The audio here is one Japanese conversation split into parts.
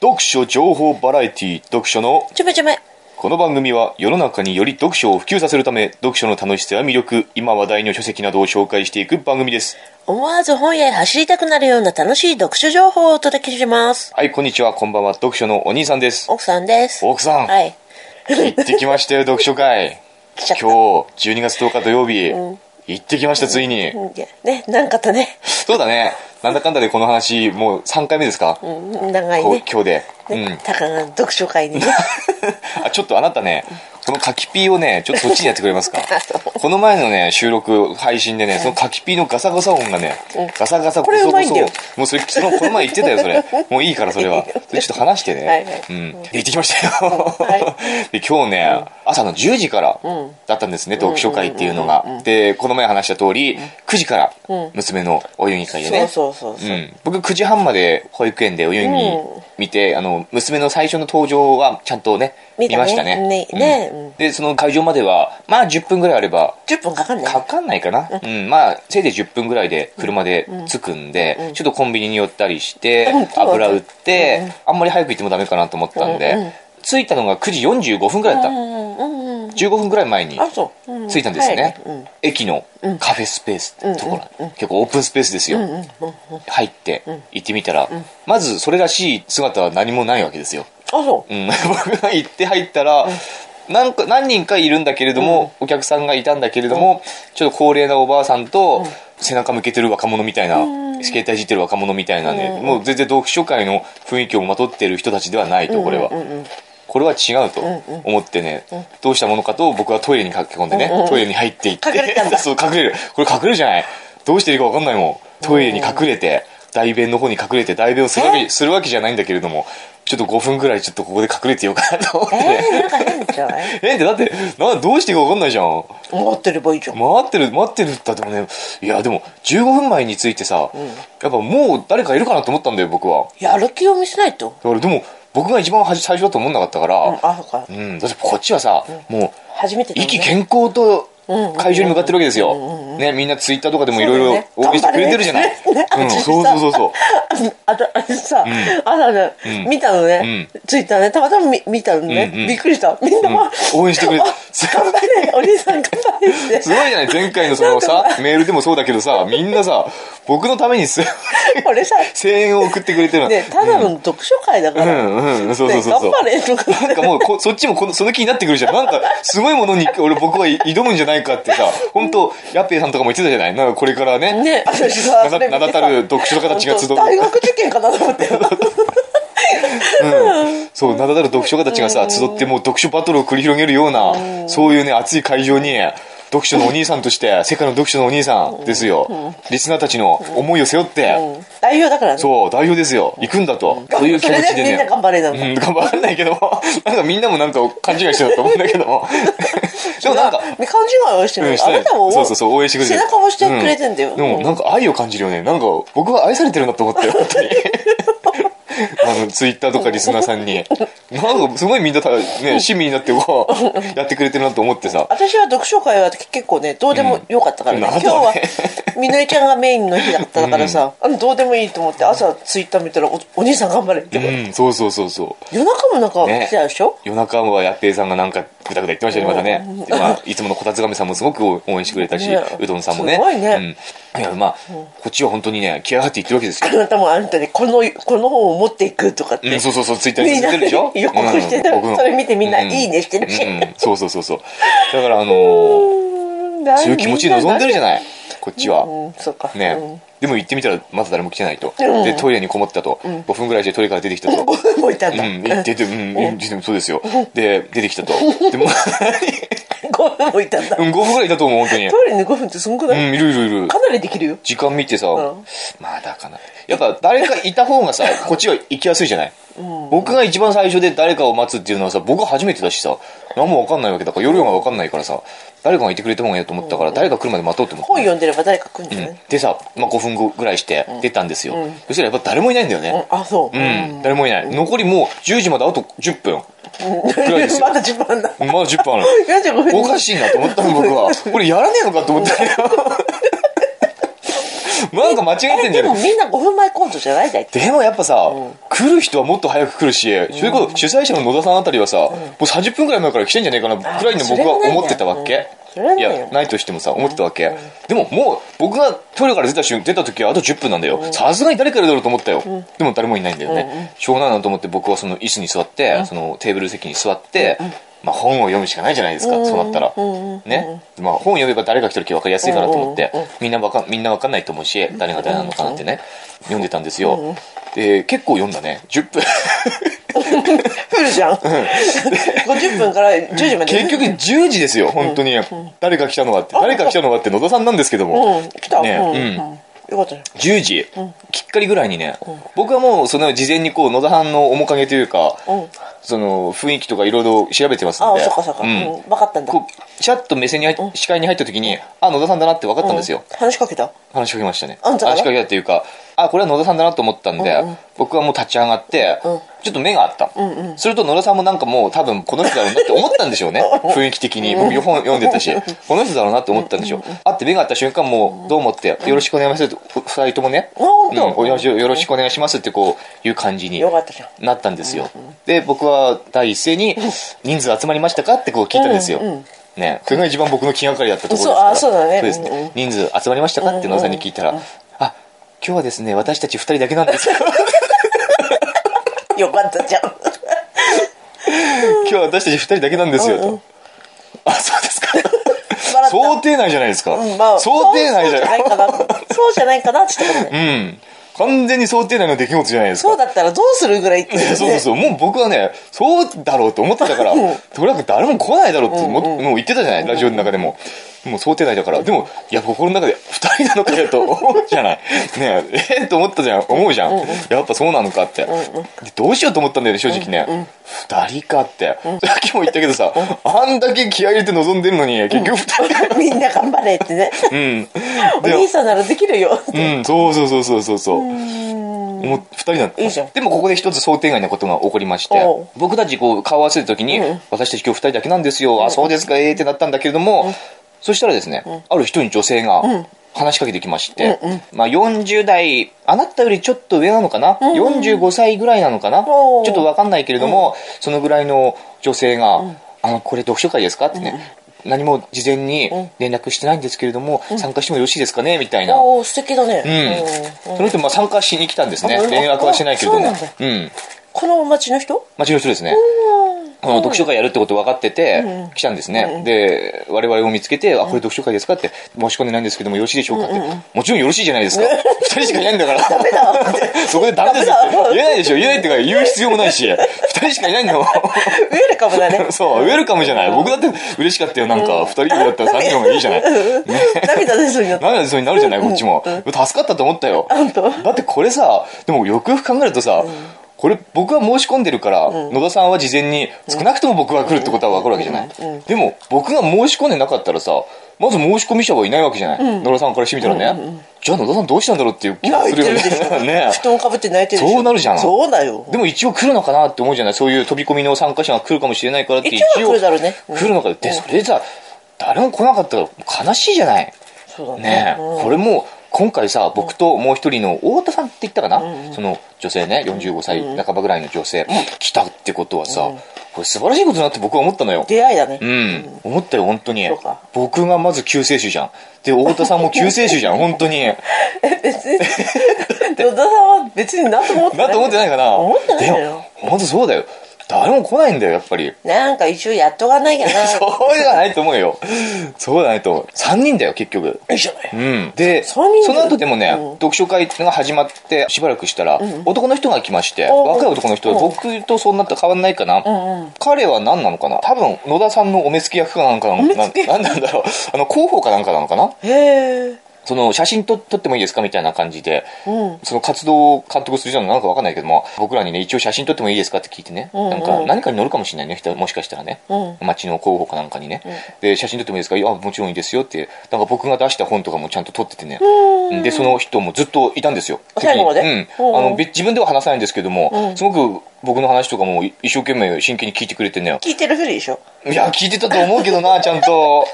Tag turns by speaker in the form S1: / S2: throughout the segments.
S1: 読書情報バラエティ読書の
S2: ちょめちょめ。
S1: この番組は世の中により読書を普及させるため読書の楽しさや魅力今話題の書籍などを紹介していく番組です
S2: 思わず本屋へ走りたくなるような楽しい読書情報をお届けします。
S1: はいこんにちはこんばんは読書のお兄さんです
S2: 奥さんです。
S1: 奥さん、
S2: はい。
S1: 行ってきましたよ読書 会
S2: 来ちゃった
S1: 今日12月10日土曜日、行ってきましたついに、
S2: うんね、なんかとね、
S1: そうだねなんだかんだでこの話もう3回目ですか、
S2: うん長い
S1: こう
S2: ね。
S1: 今日で、
S2: ねたかが読書会に ね。
S1: うんあちょっとあなたねこの柿ピーをねちょっとそっちでやってくれます か
S2: そう
S1: この前のね収録配信でねその柿ピーのガサガサ音がねガサガサ
S2: こ
S1: ゴ
S2: れ
S1: ソ
S2: う
S1: ゴ
S2: まいん
S1: ソ
S2: だよ
S1: もうそれそのこの前言ってたよそれ もういいからそれはそれちょっと話してね
S2: はいはい
S1: うん、で行ってきましたよ、
S2: は
S1: で今日ね、朝の10時からだったんですね、読書会っていうのが、でこの前話した通り9時から娘のお湯に会でね、
S2: そうそうそうそうう。
S1: ん、僕9時半まで保育園でお湯に見て、あの娘の最初の登場はちゃんとね見
S2: 見たね
S1: ましたね
S2: ね
S1: うん
S2: ねうん
S1: でその会場まではまあ10分ぐらいあれば
S2: 10分かかんない。
S1: かかんないかな、うんまあせいぜい10分ぐらいで車で着くんで、ちょっとコンビニに寄ったりして、
S2: うんそうだ
S1: 油売って、あんまり早く行ってもダメかなと思ったんで、着いたのが9時45分ぐらいだった、
S2: うんうんうん。
S1: 15分ぐらい前に
S2: あ、そう。う
S1: 着いたんですよね、
S2: 早いうん
S1: 駅のカフェスペースってところ、結構オープンスペースですよ、入って行ってみたら、まずそれらしい姿は何もないわけですよ、
S2: あ、そう。
S1: うん、 僕が行って入ったら、なんか何人かいるんだけれども、お客さんがいたんだけれども、ちょっと高齢なおばあさんと、背中向けてる若者みたいな、携帯いじってる若者みたいなんで、もう全然読書会の雰囲気をまとってる人たちではないとこれは、これは違うと思ってね、どうしたものかと僕はトイレに駆け込んでね、トイレに入っていって
S2: 隠れたんだ
S1: そう隠れるこれ隠れるじゃないどうしていいか分かんないもんトイレに隠れて代弁の方に隠れて代弁をするわけするわけじゃないんだけれどもちょっと5分ぐらいちょっとここで隠れてようかなと思って、
S2: え
S1: ね
S2: ー、なんか変じゃない
S1: えだってなどうしていいか分かんないじゃん
S2: 持ってればいいじゃん。
S1: 待ってる待ってるって言ったらでもねいやでも15分前についてさ、やっぱもう誰かいるかなと思ったんだよ僕は
S2: やる気を見せないと。
S1: だからでも僕が一番はじ最初だと思んなかったか
S2: うん
S1: ら、
S2: あ、そうか
S1: う。んだってこっちはさ、もう
S2: 初めてだもんね
S1: 意気健康と会場に向かってるわけですよ、ね、みんなツイッターとかでもいろい
S2: そうだよ
S1: ろ
S2: ね
S1: 応援してくれてるじゃない、
S2: 頑張れね
S1: うん、そうそうそうそう
S2: あと、あれさ、朝ね、見たのね、ツイッターね、たまたま見見たのね、
S1: うんうん
S2: びっくりした。みんな、も
S1: 応援してくれて
S2: あ頑張れ、お兄さん頑張れって。
S1: すごいじゃない前回のそのさメールでもそうだけどさみんなさ僕のためにす
S2: これさ、
S1: 声援を送ってくれてるの
S2: ね、ただの読書会だか
S1: う
S2: ら、ね、
S1: んうんそうそう
S2: 頑
S1: そうそう
S2: 張れとかね、
S1: なんかもうこそっちもこのその気になってくるじゃんなんかすごいものに俺僕は挑むんじゃないかってさ本当ヤッペイさんとかも言ってたじゃないなんかこれからね
S2: ね、私さ、
S1: 名だ名だたる読書家たちが集う
S2: 本当大学受験かなと思って。
S1: そう名だたる読書家たちがさ集ってもう読書バトルを繰り広げるようなそういうね熱い会場に読書のお兄さんとして世界の読書のお兄さんですよリスナーたちの思いを背負って
S2: 代表だからね。
S1: そう代表ですよ行くんだとそういう気持ちで
S2: それみんな
S1: ね
S2: 頑張れなの。
S1: うん、頑張んないけどもなんかみんなもなんか勘違いしてたと思うんだけど もでもなんか
S2: 勘違いはして
S1: う
S2: ない。
S1: んして
S2: あ
S1: い
S2: なたも、
S1: そうそうそう応援してくれて
S2: 背
S1: る
S2: 中もしてくれてんだよ。
S1: うでもなんか愛を感じるよねなんか僕は愛されてるなと思 って本当に あのツイッターとかリスナーさんになんかすごいみんなた、ね、市民になってこうやってくれてるなと思ってさ
S2: 私は読書会は結構ねどうでもよかったからね、
S1: うんなん
S2: 今日
S1: だろう
S2: は
S1: ね
S2: みのりちゃんがメインの日だったからさ、あのどうでもいいと思って朝ツイッター見たらお「お兄さん頑張れ」って、
S1: うんそうそうそうそう
S2: 夜中もなんか
S1: ね
S2: 来てたでしょ、
S1: 夜中はやっぺいさんがなんかぐだぐだ言ってましたねまたね、でまあ、いつものこたつがめさんもすごく応援してくれたし、
S2: ね
S1: うどんさんもね
S2: すごいね、
S1: うん、いやまあこっちは本当にね気合が入って言ってるわけですよ
S2: あなたもあなたにこのこの本を持っていくとかって、
S1: うん、そうそうそう、ツイッターに載せてるでしょ
S2: みんな予告してた
S1: うん僕の
S2: それ見てみんな
S1: う
S2: いいねしてるし
S1: うんうんそうそうそうそう。だから、あのー
S2: なん
S1: そういう気持ちで臨んでるじゃ
S2: い
S1: ない、こっちは。
S2: うんそうか
S1: ね、
S2: うん
S1: でも行ってみたら、まだ誰も来てないと。で、トイレにこもったと。5分ぐらいしてトイレから出てきた と。
S2: 5分もいたん
S1: う
S2: だ、
S1: ん、行ってて、うん、うんでもそうですよ。で、出てきたと。でも、
S2: 5分もいたんだ
S1: うん5分ぐらいいたと思う、本当に。
S2: トイレに5分ってすごく
S1: う
S2: ない、
S1: ん、いるいるいる。
S2: かなりできるよ
S1: 時間見てさ、
S2: うん
S1: まだかなやっぱ誰かいた方が さこっちは行きやすいじゃない、僕が一番最初で誰かを待つっていうのはさ僕は初めてだしさ何も分かんないわけだから夜が分かんないからさ誰かがいてくれた方がいいなと思ったから、誰か来るまで待とうと思って
S2: 本読んでれば誰か来るんじゃない、
S1: でさ、まあ、5分後ぐらいして出たんですよ、そしたらやっぱ誰もいないんだよ
S2: うん
S1: ね、
S2: あそう、
S1: うん誰もいない残りもう10時まであと10分暗いですよ
S2: まだ時間だ
S1: まだ10分あ る
S2: 45分
S1: おかしいなと思ったの僕は俺やらねえのかと思ったよなんか間違えてんじゃ
S2: でも
S1: ない
S2: みんな5分前コントじゃないだい
S1: でもやっぱさ、来る人はもっと早く来るし、それこそ主催者の野田さんあたりはさ、もう30分くらい前から来てんじゃねえかな、くらいの僕は思ってたわけ。
S2: それはないいよ
S1: や、ないとしてもさ、思ってたわけ。でももう、僕がトイレから出た瞬、出た時はあと10分なんだよ。さすがに誰からだろうと思ったよ。でも誰もいないんだよね。しょうがないなと思って僕はその椅子に座って、そのテーブル席に座って、まあ本を読むしかないじゃないですか、そうなったら。ね。まあ本を読めば誰が来てるか分かりやすいかなと思って
S2: うんうんうんうん、
S1: みんなわかんみんなわかんないと思うし誰が誰なのかなってね読んでたんですよ、で結構読んだね10分
S2: フルじゃん、50分から10時まで
S1: 結局10時ですよ本当に、誰が来たのかって誰が来たのかって野田さんなんですけども、
S2: うん来た、
S1: ね
S2: う
S1: う
S2: ん
S1: ん
S2: よかったじ
S1: 10時、きっかりぐらいにね、僕はもうその事前にこう野田さんの面影というか、
S2: ゃん、うん、
S1: その雰囲気とかいろいろ調べてます
S2: あ
S1: ん
S2: あ
S1: で
S2: そっかそっか、う
S1: うん
S2: ん分かったんだ
S1: こうシャッと目線に入っ視界に入った時に、あ野田さんだなって分かったんですよ、
S2: うん話しかけた
S1: 話しかけましたね
S2: あん
S1: 話
S2: た
S1: し
S2: が
S1: かけたっていうかあこれは野田さんだなと思ったんで、僕はもう立ち上がって、
S2: うん
S1: ちょっと目があった、すると野田さんもなんかもう多分この人だろうなって思ったん でしょうね雰囲気的に僕本読んでたしこの人だろうなって思ったんでしょう会って目が合った瞬間もうどう思って「よろしくお願いします」って2人ともね「
S2: あ本当
S1: うんおよろしよろしくお願いします」ってこういう感じに
S2: よかったじゃん
S1: なったんですよで僕は第一声に「人数集まりましたか?」ってこう聞いたんですよ、
S2: うんうん
S1: ね、それが一番僕の気がかりだったところですから
S2: そうあそうだね
S1: です
S2: うんうん
S1: 人数集まりましたかって野田さんに聞いたら、あ今日はですね私たち2人だけなんですよ
S2: よかったじゃん
S1: 今日は私たち2人だけなんですよと、あそうですか
S2: 笑った
S1: 想定内じゃないですか、
S2: うんまあ
S1: 想定内じゃない
S2: そうそうじゃないかなそうじゃないかなって言ったことね
S1: うん完全に想定内の出来事じゃないですか
S2: そうだったらどうするぐらいって、ね、
S1: そうそうそう、もう僕はね、そうだろうと思ってたから、とにかく誰も来ないだろうっても、もう言ってたじゃない、ラジオの中でも。もう想定内だから。でも、いや、心の中で二人なのかよと思うじゃない。ねえ、えーと思ったじゃん、思うじゃん。やっぱそうなのかって。でどうしようと思ったんだよね、正直ね。二人かって。さっきも言ったけどさ、あんだけ気合い入れて望んでるのに、結局二人だよ。
S2: みんな頑張れってね
S1: うん。
S2: お兄さんならできるよ
S1: うん、そうそうそうそうそうそう。もう二人だった
S2: いいじゃん
S1: でもここで一つ想定外なことが起こりまして
S2: おう
S1: 僕たちこう顔合わせる時に、私たち今日二人だけなんですよ、あそうですかええってなったんだけれども、そしたらですね、ある一人に女性が話しかけてきまして、まあ、40代あなたよりちょっと上なのかな、45歳ぐらいなのかな、ち
S2: お
S1: ょ
S2: う
S1: っとわかんないけれども、そのぐらいの女性が「あのこれ読書会ですか?」ってね、何も事前に連絡してないんですけれども、参加してもよろしいですかねみたいな
S2: おお素敵だね、
S1: う
S2: うん
S1: ん、その人まあ参加しに来たんですね
S2: うん
S1: 連絡はしてないけれども
S2: あそう
S1: うん
S2: この町の人
S1: 町の人ですねこの読書会やるってこと分かってて来たんですねで我々を見つけて「あこれ読書会ですか?」って「申し込んでないんですけどもよろしいでしょうか?」って「もちろんよろしいじゃないですか二人しかいないんだから そこでダメです」って言えないでしょ言えないっていうか言う必要もないし二人しかいないんだもん
S2: ウェルカム だね
S1: そうウェルカムじゃない僕だって嬉しかったよなんか二人だったら三人の方がいいじゃない
S2: 涙出そうになった
S1: なんでそうになるじゃないこっちも、助かったと思ったよ
S2: 本当
S1: だってこれさでもよくよく考えるとさ、これ僕は申し込んでるから、野田さんは事前に少なくとも僕が来るってことは分かるわけじゃない、でも僕が申し込んでなかったらさまず申し込み者はいないわけじゃない、野田さんからしてみたらね、じゃあ野田さんどうしたんだろうっていう気が
S2: 泣い
S1: する
S2: て
S1: よ
S2: る
S1: ね
S2: でしょ、
S1: ね
S2: 布団かぶって泣いてるでしょ
S1: そうなるじゃん
S2: そうだよ
S1: でも一応来るのかなって思うじゃないそういう飛び込みの参加者が来るかもしれないからって
S2: 一応は来るだろうねうん
S1: 来るのかでそれじゃ誰も来なかったら悲しいじゃない
S2: そうだね
S1: ねえ、
S2: うん
S1: これもう今回さ僕ともう一人の太田さんって言ったかな、その女性ね45歳半ばぐらいの女性、来たってことはさ、これ素晴らしいことだなって僕は思ったのよ
S2: 出会いだね、
S1: うん、思ったよ本当に
S2: そうか
S1: 僕がまず救世主じゃんで太田さん も救世主じゃん本当に
S2: え 別に野田さんは別に何とも思ってない
S1: なと思ってないかな
S2: 思ってないよ
S1: でも本当そうだよ誰も来ないんだよやっぱり
S2: なんか一応やっとかないかな
S1: そうじゃないと思うよそうじゃないと思う3人だよ結局
S2: いいじゃない
S1: うん、でそ
S2: 三人で
S1: の後でもね、
S2: うん
S1: 読書会が始まってしばらくしたら、男の人が来まして
S2: おう
S1: 若い男の人
S2: おう
S1: 僕とそんなと変わんないかな、
S2: んう
S1: 彼は何なのかな多分野田さんのお目付き役かなんかなの
S2: 目
S1: な
S2: 付き
S1: なんなんだろうあの広報かなんかなのかな
S2: へえ
S1: その写真と撮ってもいいですかみたいな感じで、
S2: うん
S1: その活動を監督するのなんかわかんないけども僕らにね一応写真撮ってもいいですかって聞いてね、
S2: んうん
S1: なんか何かに乗るかもしれないね人もしかしたらね、
S2: う
S1: 街の候補かなんかにね、で写真撮ってもいいですかいやもちろんいいですよってなんか僕が出した本とかもちゃんと撮っててねでその人もずっといたんですよ
S2: 最後まで
S1: 席に
S2: おう
S1: う
S2: お
S1: ん、
S2: う
S1: あのべ自分では話さないんですけども、
S2: うん
S1: すごく僕の話とかも一生懸命真剣に聞いてくれてね
S2: 聞いてるふりでしょ
S1: いや、聞いてたと思うけどな、ちゃんと。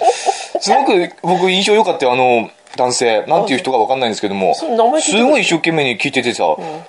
S1: すごく僕印象良かったよ。あの、男性なんていう人か分かんないんですけどもす
S2: そう名前聞いたこと
S1: ごい一生懸命に聞いててさ、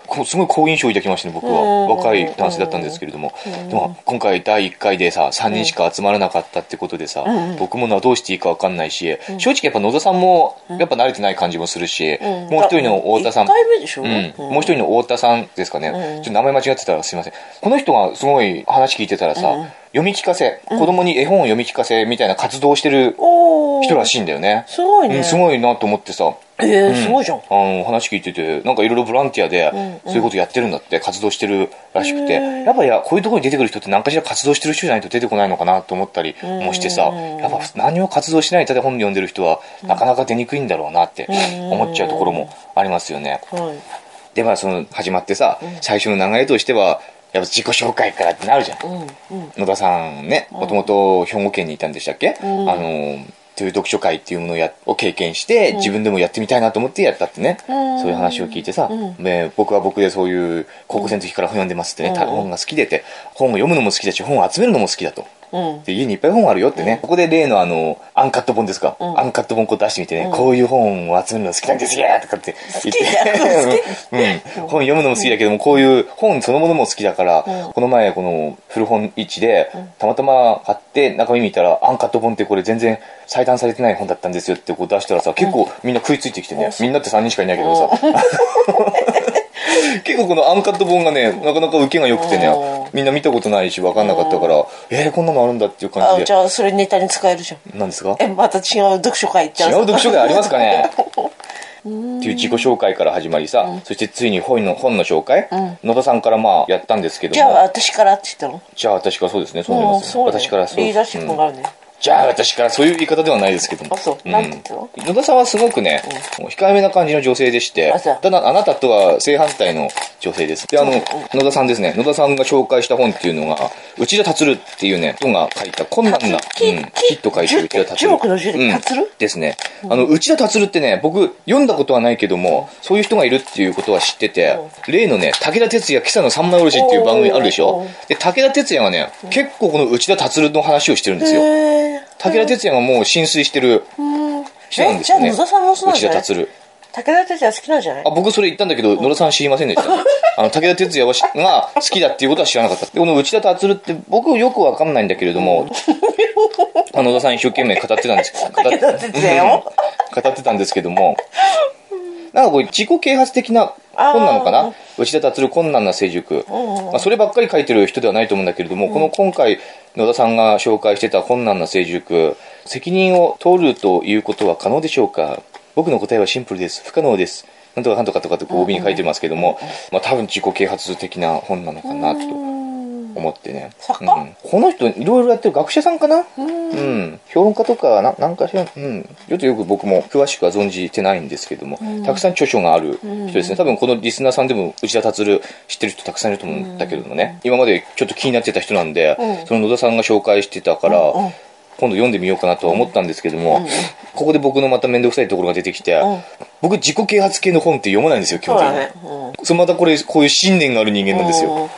S1: こうすごい好印象を抱きましたね僕は若い男性だったんですけれどもでも今回第1回でさ3人しか集まらなかったってことでさ僕もなどうしていいか分かんないし正直やっぱ野田さんもやっぱ慣れてない感じもするしもう一人の太田さん
S2: 1回目でしょ、
S1: うん、もう一人の太田さんですかね、ちょっと名前間違ってたらすいませんこの人がすごい話聞いてたらさ、読み聞かせ子供に絵本を読み聞かせみたいな活動をしてる
S2: おお
S1: 人らしいんだよね、
S2: すごいね、
S1: うん、すごいなと思ってさ
S2: えー、すごいじゃん、
S1: あの話聞いててなんかいろいろボランティアでそういうことやってるんだって活動してるらしくて、やっぱりこういうところに出てくる人って何かしら活動してる人じゃないと出てこないのかなと思ったりもしてさ、やっぱ何も活動しないただ本読んでる人はなかなか出にくいんだろうなって思っちゃうところもありますよね。
S2: はい、
S1: でまあその始まってさ、最初の流れとしてはやっぱ自己紹介からってなるじゃん、野田さんねもともと兵庫県にいたんでしたっけ、あのという読書会っていうものをやを経験して自分でもやってみたいなと思ってやったってね、そういう話を聞いてさ、ね僕は僕でそういう高校生の時から本読んでますってね、た本が好きでて本を読むのも好きだし本を集めるのも好きだと。
S2: うん
S1: で家にいっぱい本あるよってね、ここで例のあのアンカット本ですか、アンカット本こう出してみてね、こういう本を集めるの好きなんですよとかって言 ってうん、本読むのも好きだけどもこういう本そのものも好きだから、この前この古本市でたまたま買って中身見たらアンカット本ってこれ全然裁断されてない本だったんですよってこう出したらさ結構みんな食いついてきてね、みんなって3人しかいないけどさ、 結構このアンカット本がねなかなか受けが良くてねみんな見たことないし分かんなかったからえー、こんなのあるんだっていう感
S2: あ
S1: じ
S2: じ
S1: で
S2: ゃあそれネタに使えるじゃん
S1: なんですか
S2: えまた違う読書会行っちゃう
S1: 違う読書会ありますか ねっていう自己紹介から始まりさ、そしてついに本の本の紹介、野田さんからまあやったんですけども
S2: じゃあ私からって言っ
S1: じゃあ私からそうですねそ
S2: た
S1: うなり
S2: の
S1: ますね、
S2: ね
S1: 私からそう
S2: リーダーシップがあるね、
S1: じゃあ私からそういう言い方ではないですけども
S2: あそう
S1: うん
S2: なんて言ってたの
S1: 野田さんはすごくね、もう控えめな感じの女性でして
S2: あそう
S1: ただあなたとは正反対の女性ですであの野田さんですね野田さんが紹介した本っていうのが内田達郎っていうね人が書いた困難な「
S2: き
S1: うんきっと書いてる内田達
S2: 樹
S1: 郎
S2: 木の樹で
S1: うん
S2: 達郎
S1: ですねあの内田達郎ってね僕読んだことはないけどもそういう人がいるっていうことは知ってて例のね武田鉄矢「今朝の三枚おろし」っていう番組あるでし
S2: お
S1: ょ
S2: ー
S1: で武田鉄矢がね結構この内田達郎の話をしてるんですよ
S2: へえ
S1: 武田鉄矢がもう浸水してる人なんですよね。
S2: えじゃあ野田さんもそうなんじゃない
S1: 内田達郎
S2: 武田鉄矢好きなんじゃない
S1: あ、僕それ言ったんだけど、野田さん知りませんで した。あの、武田鉄矢はしが好きだっていうことは知らなかった。で、この内田達郎って僕よくわかんないんだけれども、あの野田さん一生懸命語ってたん です。語っ
S2: 武田鉄矢よ
S1: 語ってたんですけども、なんかこう自己啓発的な本なのかな内田達郎困難な成熟、まあ、そればっかり書いてる人ではないと思うんだけれども、この今回野田さんが紹介してた困難な成熟責任を取るということは可能でしょうか僕の答えはシンプルです不可能ですなんとかなんとかとかってこう帯に書いてますけども、まあ、多分自己啓発的な本なのかなと思ってね、
S2: 作
S1: う
S2: 家
S1: ん、この人いろいろやってる学者さんかなうん、評論家とかな何かしら、うん、ちょっとよく僕も詳しくは存じてないんですけども、たくさん著書がある人ですね多分このリスナーさんでも内田達郎知ってる人たくさんいると思うんだけどもね、今までちょっと気になってた人なんで、その野田さんが紹介してたから、今度読んでみようかなとは思ったんですけども、ここで僕のまた面倒くさいところが出てきて、僕自己啓発系の本って読まないんですよ基
S2: そう
S1: 本的
S2: だ
S1: に、
S2: ねうん
S1: それまたこれこういう信念がある人間なんですよ、
S2: うんうん
S1: うん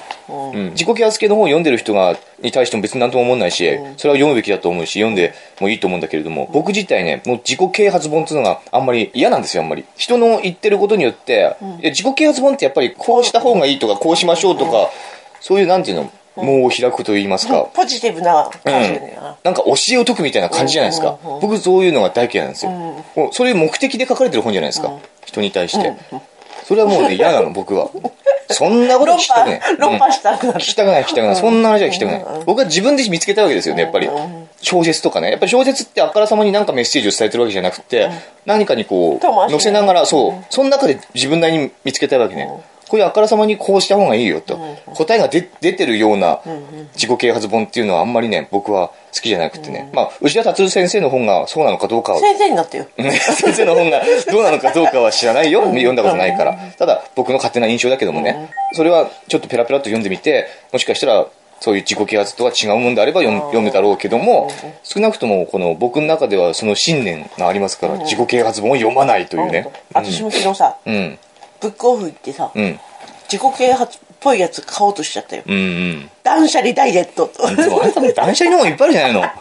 S1: 自己啓発系の本を読んでる人がに対しても別に何とも思わないし、それは読むべきだと思うし読んでもいいと思うんだけれども、僕自体ねもう自己啓発本っていうのがあんまり嫌なんですよあんまり人の言ってることによって、いや自己啓発本ってやっぱりこうした方がいいとかこうしましょうとか、そういうなんていうのもう開くと言いますか、
S2: ポジティブな感じだよね、
S1: なんか教えを解くみたいな感じじゃないですか、僕そういうのが大嫌いなんですよ、もうそういう目的で書かれてる本じゃないですか、人に対して、それはもうね嫌なの僕はそんなこと
S2: 論
S1: 聞きたくない
S2: 破
S1: うん
S2: 論破したくな
S1: 聞
S2: る
S1: きたくない聞きたくないそんな話は聞きたくない僕は自分で見つけたわけですよねやっぱり小説とかねやっぱり小説ってあからさまに何かメッセージを伝えてるわけじゃなくて何かにこう
S2: 遠回しに
S1: 載せながらそうその中で自分なりに見つけたいわけねこういうあからさまにこうした方がいいよと答えが出出てるような自己啓発本っていうのはあんまりね僕は好きじゃなくてねまあ内田達郎先生の本がそうなのかどうかは
S2: 先生になってよ
S1: ね先生の本がどうなのかどうかは知らないよ読んだことないからただ僕の勝手な印象だけどもねそれはちょっとペラペラっと読んでみてもしかしたらそういう自己啓発とは違うもんであれば読む読むだろうけども少なくともこの僕の中ではその信念がありますから自己啓発本を読まないというね
S2: 私も昨日さ、
S1: うん
S2: ブックオフ行ってさ、
S1: うん
S2: 自己啓発っぽいやつ買おうとしちゃったよ、
S1: うんうん
S2: 断捨離ダイエットと
S1: でもあなたも断捨離の本いっぱいあるじゃないのね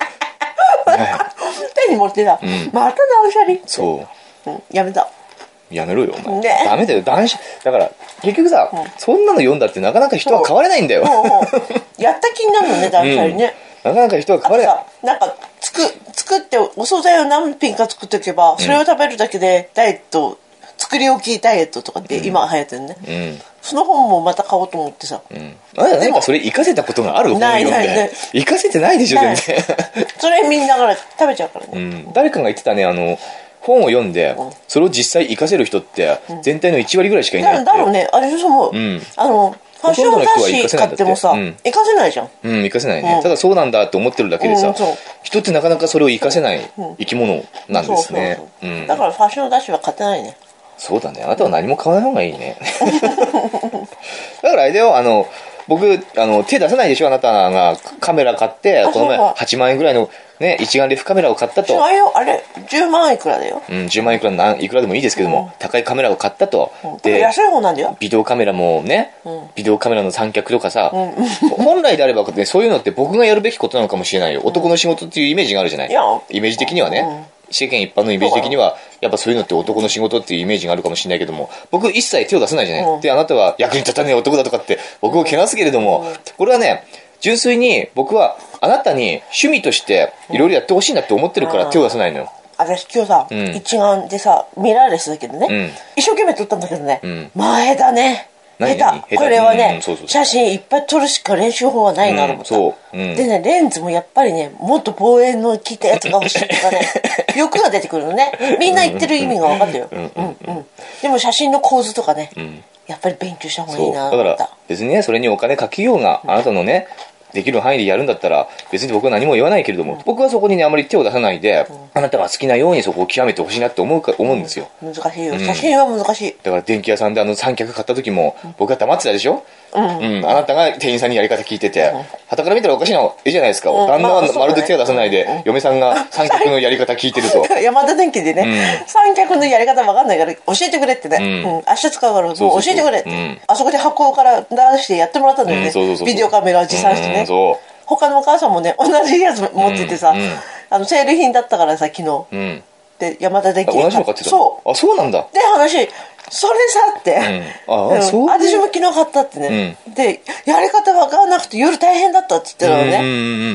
S2: 手に持ってさ、また断捨離
S1: そう
S2: うん、やめた
S1: やめろよ、お前。
S2: ね
S1: ダメだよ、男子。だから、結局さ、そんなの読んだってなかなか人は変われないんだよ。
S2: もうもうやった気になるのね断捨離ね、
S1: なかなか人は
S2: あ
S1: 変わ
S2: と
S1: れない
S2: さ。なんかつく作ってお惣菜を何品か作っておけばそれを食べるだけでダイエット作り置きダイエットとかって今流行ってるね、
S1: うん。
S2: その本もまた買おうと思ってさ、
S1: あなたなんかそれ活かせたことがある本
S2: ない
S1: 読ん
S2: ないな
S1: で
S2: い
S1: 活かせてないでしょ
S2: ない
S1: 全然、
S2: それみんなから食べちゃうからね、
S1: うん、誰かが言ってたねあの本を読んでそれを実際活かせる人って全体の1割ぐらいしかいないっ
S2: だ
S1: て
S2: だろうねあれそう思う、
S1: ん
S2: あのファッション雑誌買ってもさ
S1: ほとんどの人は活かせないんだってうん
S2: 行かせないじゃ
S1: うん活かせないね、
S2: んうん
S1: ただそうなんだって思ってるだけでさ、
S2: うんそう
S1: 人ってなかなかそれを活かせない生き物なん
S2: そ
S1: で
S2: う
S1: す
S2: そう
S1: ね
S2: そうう、
S1: ん
S2: だからファッション雑誌は買ってないね
S1: そうだねあなたは何も買わない方がいいね だからあれだよあの僕あの手出さないでしょあなたがカメラ買って
S2: あ
S1: この前
S2: そうそう
S1: 8万円ぐらいの、ね、一眼レフカメラを買ったと
S2: しまいよあれ10万いくらだよ
S1: うん、10万いくらなんいくらでもいいですけども、高いカメラを買ったと、
S2: でも
S1: で
S2: 安い方なんだよ
S1: ビデオカメラもね、ビデオカメラの三脚とかさ、 本来であれば、ね、そういうのって僕がやるべきことなのかもしれないよ男の仕事っていうイメージがあるじゃない、
S2: いや
S1: イメージ的にはね、世間一般のイメージ的にはやっぱそういうのって男の仕事っていうイメージがあるかもしれないけども僕一切手を出さないじゃない、
S2: うん
S1: であなたは役に立たない男だとかって僕をけなすけれども、これはね純粋に僕はあなたに趣味としていろいろやってほしいなって思ってるから手を出さないのよ、
S2: 私今日さ、
S1: ん
S2: 一眼でさミラーレスだけどね、
S1: うん
S2: 一生懸命撮ったんだけどね、
S1: ん
S2: 前だね
S1: 何
S2: 下
S1: 何
S2: 手これはね、
S1: うんそうそうそう
S2: 写真いっぱい撮るしか練習法はないなと思った、
S1: うんそううん
S2: でねレンズもやっぱりねもっと望遠の効いたやつが欲しいとかね 欲が出てくるのねみんな言ってる意味が分かるよ、うんうんでも写真の構図とかね、やっぱり勉強した方がい
S1: そ
S2: いうな
S1: だか
S2: と思っ
S1: ら
S2: た
S1: 別にねそれにお金かけようがあなたのねできる範囲でやるんだったら別に僕は何も言わないけれども、僕はそこにねあまり手を出さないで、あなたが好きなようにそこを極めてほしいなって思うか思うんですよ、
S2: 難しいよ写真は難しい、
S1: だから電気屋さんであの三脚買った時も僕は黙ってたでしょ、うんあなたが店員さんにやり方聞いててはから見たらおかしいの絵じゃないですか、
S2: うん
S1: 旦那
S2: まあ
S1: は
S2: そう
S1: ま
S2: だね
S1: るで手を出さないで、嫁さんが三脚のやり方聞いてると
S2: 山田電機でね、三脚のやり方わかんないから教えてくれってね、
S1: う
S2: うん明日使うからもう
S1: そうそう
S2: 教えてくれって
S1: うん
S2: あそこで箱から出してやってもらったんだよね、
S1: うんそうそうそう
S2: ビデオカメラ持参して
S1: う
S2: ね
S1: んそ
S2: 他のお母さんもね同じやつ持っててさ、
S1: うんうん
S2: あのセール品だったからさ昨日
S1: ううん
S2: で山田電機
S1: あ
S2: で
S1: 同じの買ってた
S2: そう
S1: あそうなんだ
S2: うで話それさって、
S1: うんああそういう
S2: 私も昨日買ったってね、でやり方わからなくて夜大変だったって言ってたのね、
S1: うんうん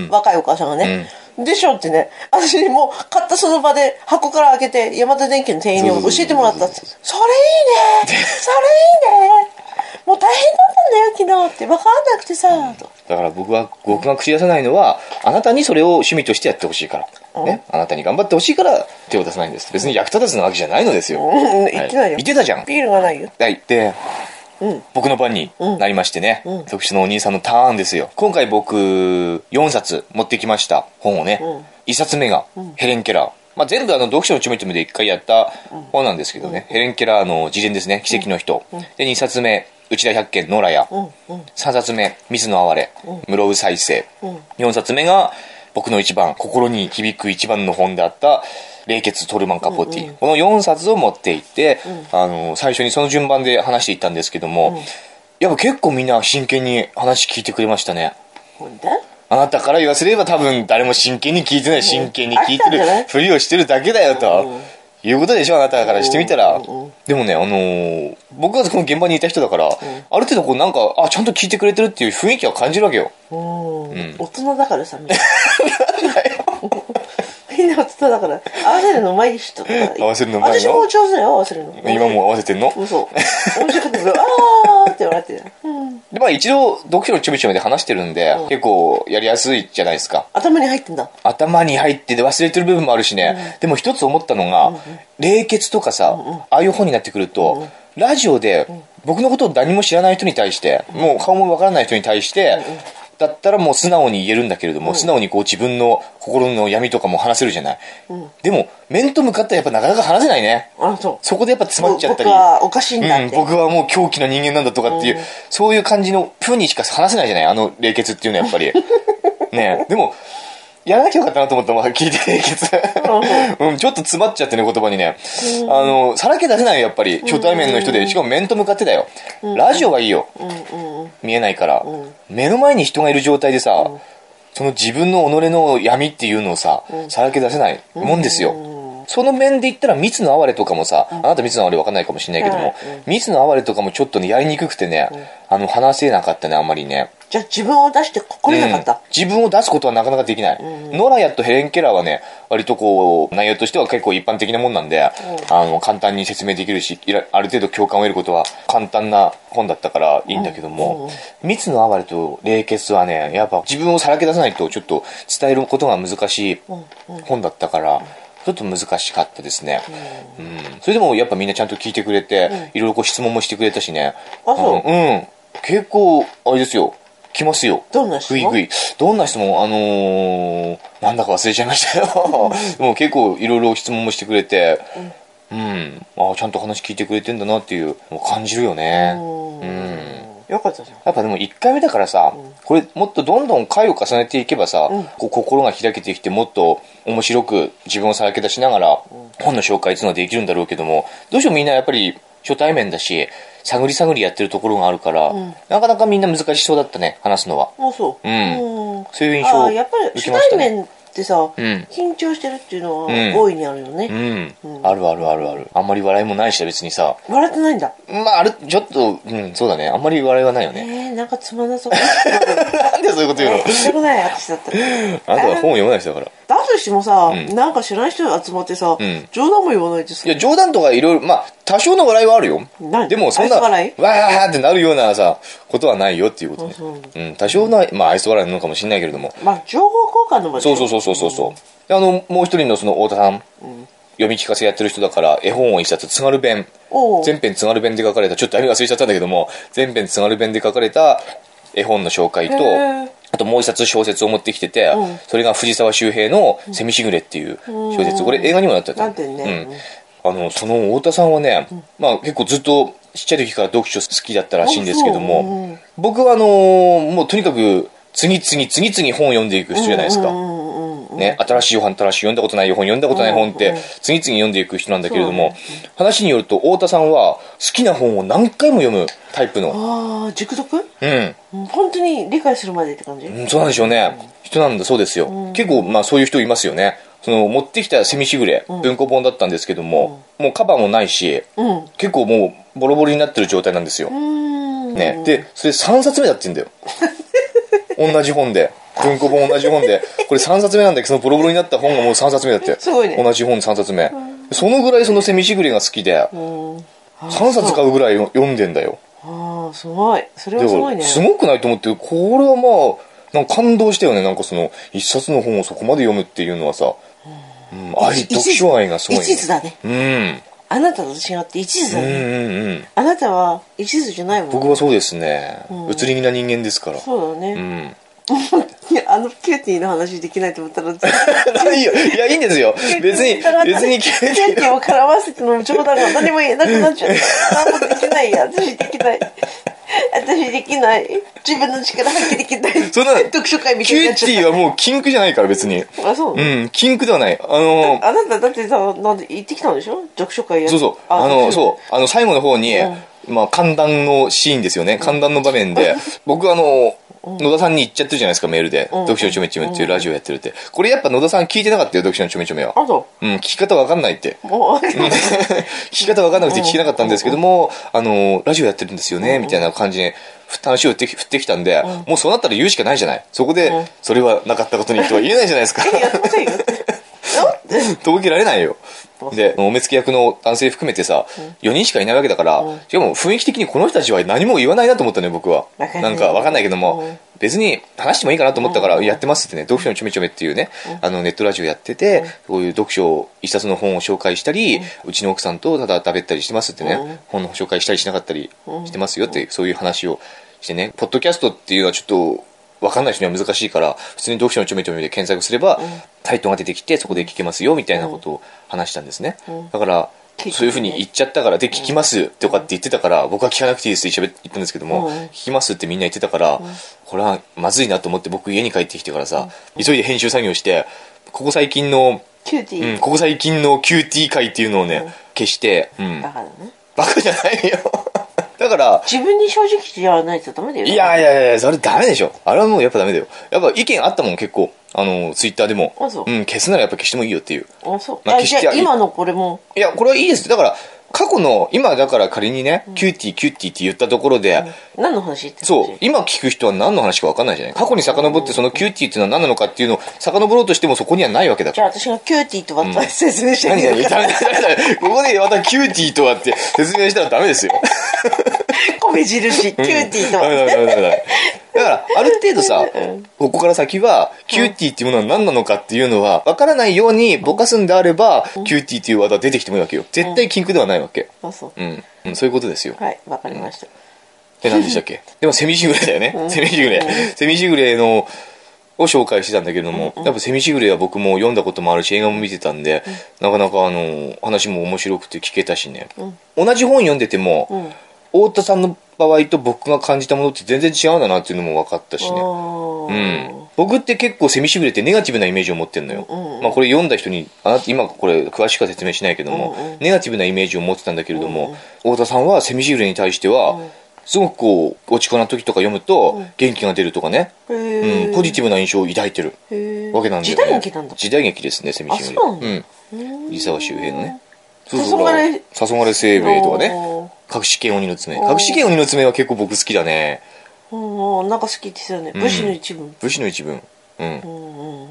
S1: うん
S2: 若いお母さんがね、でしょってね私もう買ったその場で箱から開けて山田電機の店員に教えてもらったって
S1: そう
S2: それいいねそれいいねもう大変だったんだよ昨日って分かんなくてさと
S1: だから僕は僕が口出さないのはあなたにそれを趣味としてやってほしいから、ね、あなたに頑張ってほしいから手を出さないんです別に役立たずなわけじゃないのですよ、
S2: うん
S1: はい
S2: 言ってないよ
S1: 言ってたじゃん
S2: ビールがないよ
S1: はいで、僕の番になりましてね、特殊のお兄さんのターンですよ今回僕4冊持ってきました本をね、1冊目がヘレン・ケラー、まあ、全部あの読書のちょめちょめで1回やった本なんですけどね、ヘレン・ケラーの自伝ですね「奇跡の人」で2冊目「内田百軒野良屋」3冊目「水の哀れ」室生再生」4冊目が僕の一番心に響く一番の本であった「冷血トルマンカポティ」この4冊を持っていって、あの最初にその順番で話していったんですけども、やっぱ結構みんな真剣に話聞いてくれましたね
S2: ほんで
S1: あなたから言わせれば多分誰も真剣に聞いてない真剣に聞いてる
S2: あったんじゃない
S1: ふりをしてるだけだよということでしょあなたからしてみたら
S2: うんうんう
S1: でもねあのー僕がこの現場にいた人だからある程度こうなんかあちゃんと聞いてくれてるっていう雰囲気は感じるわけよ
S2: うん大人だか らさみんなみんな大人だから合わせるのうまい人とか
S1: 合わせるのうまいの
S2: 私も上手だよ合わせるの
S1: 今もう合わせてんの
S2: 嘘面白くてあーって笑ってる、うん、
S1: でまあ一度読書のちょびちょびで話してるんで結構やりやすいじゃないですか
S2: 頭に入ってんだ
S1: 頭に入ってて忘れてる部分もあるしね、でも一つ思ったのが、冷血とかさ、ああいう本になってくると、ラジオで僕のことを何も知らない人に対して、もう顔もわからない人に対して、だったらもう素直に言えるんだけれども、素直にこう自分の心の闇とかも話せるじゃない、でも面と向かったらやっぱなかなか話せないね
S2: あそう
S1: そこでやっぱ詰まっちゃったり
S2: 僕はおかしいんだって、
S1: うん、僕はもう狂気の人間なんだとかっていう、そういう感じのふうにしか話せないじゃないあの冷血っていうのはやっぱりねえでもやらなきゃよかったなと思ったまあ聞いて冷血うんちょっと詰まっちゃってね言葉にね、あのさらけ出せないよやっぱり初対面の人で、しかも面と向かってだよ、ラジオはいいよ、見えないから、目の前に人がいる状態でさ、その自分の己の闇っていうのをさ、さらけ出せないもんですよ、その面で言ったら、三つの哀れとかもさ、あなた三つの哀れわかんないかもしれないけども、三つの哀れとかもちょっとね、やりにくくてね、あの、話せなかったね、あんまりね。
S2: じゃあ自分を出してこれなかった、
S1: うん自分を出すことはなかなかできない、ノラヤとヘレン・ケラーはね割とこう内容としては結構一般的なもんなんで、あの簡単に説明できるしいらある程度共感を得ることは簡単な本だったからいいんだけども「密の哀れ」と「冷血」はねやっぱ自分をさらけ出さないとちょっと伝えることが難しい本だったから。ちょっと難しかったですね、うんそれでもやっぱみんなちゃんと聞いてくれて、いろいろこう質問もしてくれたしね
S2: あそ
S1: う
S2: う
S1: んうん結構あれですよ来ますよ
S2: どんな質問
S1: ぐいぐいどんな質問あのー、なんだか忘れちゃいましたよもう結構いろいろ質問もしてくれてうん、ああちゃんと話聞いてくれてんだなっていうもう感じるよね
S2: うん
S1: うん
S2: よかったじゃん
S1: やっぱでも1回目だからさ、これもっとどんどん回を重ねていけばさ、こう心が開けてきてもっと面白く自分をさらけ出しながら本の紹介っていうのはできるんだろうけどもどうしてもみんなやっぱり初対面だし探り探りやってるところがあるから、なかなかみんな難しそうだったね話すのは
S2: あそう
S1: う
S2: うんん
S1: そういう印象
S2: あ
S1: を
S2: ーやっぱり
S1: 受け
S2: 初
S1: ました
S2: 対
S1: ね
S2: 面ってさ、
S1: ん
S2: 緊張してるっていうのは
S1: ん
S2: 大いにあるよね、
S1: うん、あるあるあるあるあんまり笑いもないし別にさ
S2: 笑ってないんだ
S1: まああるちょっとうんそうだねあんまり笑いはないよね、
S2: えー、なんかつまんなそうえ
S1: なんでそういうこと言うの
S2: ーしたくない私だったら
S1: あなたは本を読まない人だから
S2: だとしてもさ、
S1: ん
S2: なんか知らない人が集まってさ、
S1: ん
S2: 冗談も言わないでさ
S1: いや、冗談とかいろいろ、まあ、多少の笑いはあるよ
S2: 何。
S1: でも、そんな、
S2: 愛想
S1: わ
S2: 笑
S1: ーわーってなるようなさ、ことはないよっていうこと
S2: あそう
S1: ね。うん、多少の、まあ、愛想笑いなのかもしれないけれども。
S2: まあ情報交換の場
S1: そうそうそうそうそうそう。であの、もう一人のその、太田さん。読み聞かせやってる人だから、絵本を一冊、津軽弁
S2: おう。
S1: 全編津軽弁で書かれた、ちょっと意味忘れちゃったんだけども、全編津軽弁で書かれた絵本の紹介と
S2: へー、
S1: あともう一冊小説を持ってきてて
S2: うん、
S1: それが藤沢周平の「セミしぐれ」っていう小説。
S2: うん
S1: これ映画にもなっちゃった。
S2: なってんね
S1: うん、あのその太田さんはね、まあ、結構ずっとちっちゃい時から読書好きだったらしいんですけど
S2: あそうう
S1: も、
S2: ん
S1: 僕はあのーもうとにかく次々次々本を読んでいく人じゃないですか。
S2: うんうんうんうん
S1: ね、新しい本新しい読んだことない本読んだことない本っ
S2: う
S1: て
S2: んうん
S1: 次々読んでいく人なんだけれども、話によると太田さんは好きな本を何回も読むタイプの、
S2: ああ熟読
S1: うん、
S2: うん本当に理解するまでって感じ、
S1: うんそうなんでしょうね、人なんだそうですよ、結構まあそういう人いますよねその持ってきた「セミしぐれ」文庫本だったんですけども、もうカバーもないし、
S2: うん
S1: 結構もうボロボロになってる状態なんですよ、
S2: うん
S1: ね、でそれ3冊目だって言うんだ よ同じ本で文庫本同じ本でこれ3冊目なんだけどそのボロボロになった本がもう3冊目だって
S2: すごいね
S1: 同じ本3冊目、そのぐらいそのセミしぐれが好きで
S2: うんあ
S1: 3冊
S2: そう
S1: 買うぐらいよ読んでんだよ
S2: ああすごいそれ
S1: だ
S2: は
S1: か
S2: すごいね
S1: らすごくないと思ってこれはまあなんか感動したよねなんかその一冊の本をそこまで読むっていうのはさ、うん、愛
S2: 一途
S1: 読書愛がすごい、ね、
S2: 一途だね
S1: うんうん
S2: あなたと違って一途だ
S1: う
S2: ね、
S1: んうん
S2: あなたは一途じゃないもん
S1: 僕はそうですね、移り気な人間ですから
S2: そうだ
S1: う
S2: ね、
S1: ん
S2: いやあのキューティーの話できないと思った ら
S1: ないよ。いや、いいんですよ。別に、別に
S2: キ
S1: キ
S2: ュ
S1: ュ
S2: ー
S1: ー
S2: テ
S1: テ
S2: ィーを絡ませての冗談が何も言えなくなっち ゃった何もできないや私できない私できない自分の力発揮できない
S1: そんな
S2: 読書会みたいになっち
S1: ィ
S2: ゃ
S1: ー
S2: っ
S1: はもう禁句じゃないから、別に。
S2: たあそう、
S1: うん、禁句ではない。あの、
S2: あなただってさなんで行ってきたんでしょ読書会や
S1: そうそう。あの、そうう。あの、最後の方に、まあ、寒暖のシーンですよね。寒暖の場面で、僕あの、野田さんに言っちゃってるじゃないですか、メールで。読書のちょめちょめっていうラジオやってるって。これやっぱ野田さん聞いてなかったよ、読書のちょめちょめは。
S2: あそ
S1: うん、聞き方わかんないって。
S2: うもう
S1: 聞き方分かんなくて聞けなかったんですけども、あの、ラジオやってるんですよね、みたいな感じに、ふ話を振って振ってきたんで、もうそうなったら言うしかないじゃない。そこ
S2: うん
S1: で、それはなかったことにとは言えないじゃないで すか。
S2: やってませんよ
S1: 届けられないよ。で、お目付け役の男性含めてさ、4人しかいないわけだから、しかも雰囲気的にこの人たちは何も言わないなと思ったね、僕は。
S2: わかんない
S1: なんか分かんないけど
S2: うん
S1: も、別に話してもいいかなと思ったから、やってますってね、読書のちょめちょめっていうね、あのネットラジオやってて、こういう読書を、一冊の本を紹介したり、うちの奥さんとただ食べたりしてますって
S2: うん
S1: ね、本の紹介したりしなかったりしてますよって、そういう話をしてね、ポッドキャストっていうのはちょっと、分かんない人には難しいから普通に読書のちょめちょめで検索すれば、タイトルが出てきてそこで聞けますよみたいなことを話したんですね、だから
S2: 聞いてね
S1: そういうふうに言っちゃったからで聞きますとかって言ってたから僕は聞かなくていいですって言ったんですけども、
S2: うん
S1: 聞きますってみんな言ってたからこれはまずいなと思って僕家に帰ってきてからさ急いで編集作業してここ最近の、
S2: キューティ
S1: う
S2: ー、
S1: ん、ここ最近の QT 回っていうのをね消して、うん、
S2: だからね
S1: バカじゃないよ だかだから
S2: 自分に正直じゃないとダメだよね
S1: いやいやいやそれダメでしょあれはもうやっぱダメだよやっぱ意見あったもん結構あのツイッターでも
S2: あそう
S1: うん、消すならやっぱ消してもいいよっていう
S2: あそう
S1: まあ
S2: あじゃ
S1: 決し
S2: あ
S1: て
S2: 今のこれも
S1: いやこれはいいですだから過去の今だから仮にね、キューティーキューティーって言ったところで、
S2: 何の話って話
S1: そう今聞く人は何の話か分かんないじゃない過去に遡ってそのキューティーっていうのは何なのかっていうのを遡ろうとしてもそこにはないわけだ
S2: じ
S1: か
S2: ゃあ
S1: ら
S2: 私がキューティーとは説明してみ
S1: 何何
S2: る
S1: ダメだダメだここでまたキューティーとはって説明したらダメですよ
S2: 米印キューティーと
S1: ダメダメ
S2: は
S1: ダメダメダメだからある程度さここから先はキューティーっていうものは何なのかっていうのは分からないようにぼかすんであればキューティーっていうワードは出てきてもいいわけよ絶対禁句ではないわけ
S2: あそう
S1: うん、うん、そういうことですよ
S2: はいわかりました
S1: え何でしたっ けでもセミシグレだよね、セミシグレ、セミシグレのを紹介してたんだけれども、やっぱセミシグレは僕も読んだこともあるし映画も見てたんで、なかなかあの話も面白くて聞けたしね、同じ本読んでても、
S2: うん
S1: 太田さんの場合と僕が感じたものって全然違うんだなっていうのも分かったしね
S2: お
S1: うん
S2: ー、
S1: 僕って結構セミシグレってネガティブなイメージを持ってるのよ、まあ、これ読んだ人にあなた今これ詳しくは説明しないけども、ネガティブなイメージを持ってたんだけれども、太田さんはセミシグレに対しては、すごくこう落ち込んだ時とか読むと元気が出るとかね、
S2: へ
S1: うん、ポジティブな印象を抱いてる
S2: え
S1: わけなんだよね
S2: 時代劇なんだ
S1: 時代劇ですねセミシグレ
S2: あそうなんだ
S1: うん伊沢周平のねそう
S2: 黄昏
S1: 黄昏清兵衛とかね
S2: お
S1: 隠し剣鬼の爪
S2: おー
S1: 隠し剣鬼の爪は結構僕好きだね
S2: ーおーなんか好きですよね武士の一部
S1: 武士の一文、うん
S2: う、んう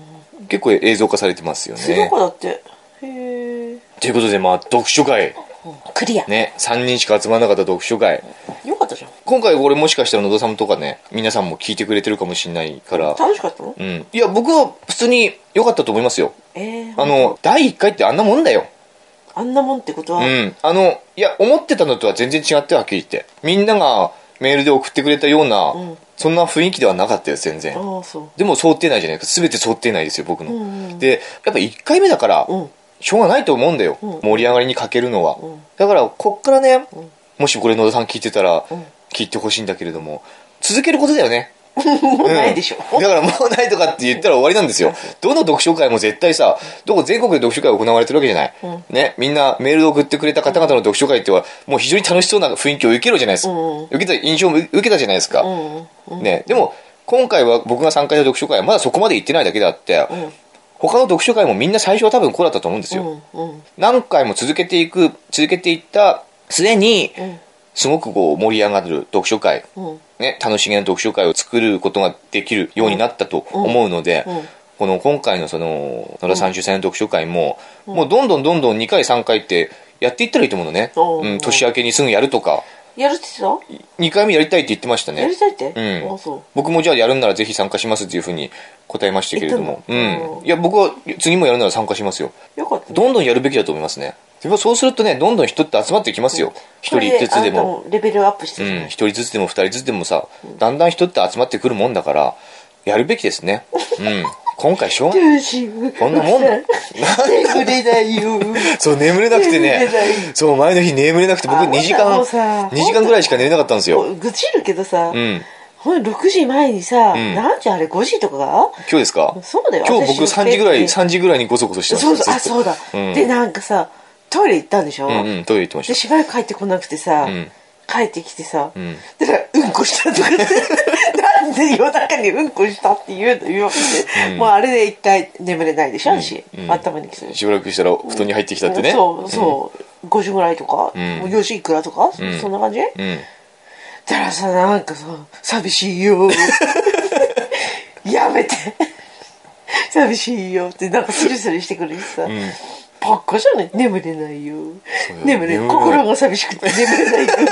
S2: ん
S1: 結構映像化されてますよね
S2: すごかだってへえ
S1: ということで、まあ、読書会。
S2: クリア
S1: ね、3人しか集まらなかった読書会。
S2: よかったじゃん
S1: 今回これもしかしたら野田さんとかね、皆さんも聞いてくれてるかもしれないから。
S2: 楽しかったの
S1: うん。いや、僕は普通に良かったと思いますよ。
S2: ええ
S1: あの、第1回ってあんなもんだよ。
S2: あんなもんってことは
S1: うん。あの、いや、思ってたのとは全然違ってはっきり言って。みんながメールで送ってくれたような、
S2: ん
S1: そんな雰囲気ではなかったよ、全然。
S2: ああそう
S1: でも想定内じゃないか全て想定内ですよ僕の、
S2: んうん
S1: でやっぱ1回目だから、
S2: うん
S1: しょうがないと思うんだよ、
S2: ん
S1: 盛り上がりに欠けるのは、だからこっからね、もしこれ野田さん聞いてたら、聞いてほしいんだけれども続けることだよね
S2: もう
S1: うん
S2: ないでしょ
S1: だからもうないとかって言ったら終わりなんですよどの読書会も絶対さどこ全国で読書会が行われてるわけじゃない、ね、みんなメールで送ってくれた方々の読書会ってはもう非常に楽しそうな雰囲気を受けるじゃないですか、
S2: うんうん
S1: 受けた印象も受けたじゃないですか、
S2: うんうん
S1: ね、でも今回は僕が参加した読書会はまだそこまで行ってないだけであって、
S2: ん
S1: 他の読書会もみんな最初は多分こうだったと思うんです
S2: う
S1: よ、
S2: んうん
S1: 何回も続けていく続けていった末に、
S2: ん
S1: すごくこう盛り上がる読書会、
S2: うん
S1: ね、楽しげな読書会を作ることができるようになったと思うので、
S2: うんうん
S1: この今回のその野田さん主催の読書会も、もうどんどんどんどん2回3回ってやっていったらいいと思うのね、
S2: お
S1: う
S2: ー
S1: ん、年明けにすぐやるとか
S2: やるって言って
S1: 2回目やりたいって言ってましたね
S2: たやりたいって
S1: うん
S2: ああそう
S1: 僕もじゃあやるんならぜひ参加しますっていうふうに答えましたけれども、う
S2: 言ったの
S1: ん、いや僕は次もやるなら参加しますよ
S2: よかった
S1: どんどんやるべきだと思いますねでもそうするとねどんどん人って集まってきますよ一人ずつでも
S2: これあなたレベルアップして
S1: う
S2: るじゃ
S1: ん
S2: ない
S1: 一人ずつでも二人ずつでもさだんだん人って集まってくるもんだからやるべきですねうん今回しょうがない
S2: どうしよう
S1: こんなもんだ
S2: 眠れないよ
S1: そう眠れなくてね
S2: 眠れない
S1: そう前の日眠れなくて僕
S2: あ
S1: 2時間
S2: もうさ
S1: 2時間ぐらいしか寝れなかったんですよ
S2: 愚痴るけどさ
S1: うん
S2: ほんと6時前にさ
S1: ん
S2: 何時あれ5時とかが
S1: 今日ですか
S2: そうだよ
S1: 今日僕
S2: 私
S1: 3時ぐらい
S2: 別に
S1: 3時ぐらいにごそごそしてました
S2: そうそうあ
S1: ずっと
S2: そうだ
S1: うん
S2: でなんかさトイレ行ったんでしょ
S1: うんうん、トイレ行ってまし
S2: でしばらく帰ってこなくてさ、
S1: ん
S2: 帰ってきてさ、
S1: ん
S2: だからうんこしたとかって なんで夜中にうんこしたって言うのよ、もうあれで一回眠れないでしょ私、
S1: うん
S2: 頭にきて
S1: た。しばらくしたら布団に入ってきたってね。
S2: そうそう、5時ぐらいとか、
S1: ん
S2: もう4時いくらとか、そ
S1: ん
S2: そんな感じ、だ
S1: うん。
S2: からさなんかさ寂しいよやめて寂しいよってなんかスリスリしてくるしさ、ばっかじゃない眠れないよ
S1: うよ
S2: 眠
S1: 眠れ
S2: れ
S1: ない
S2: 心が寂しくて眠れないよ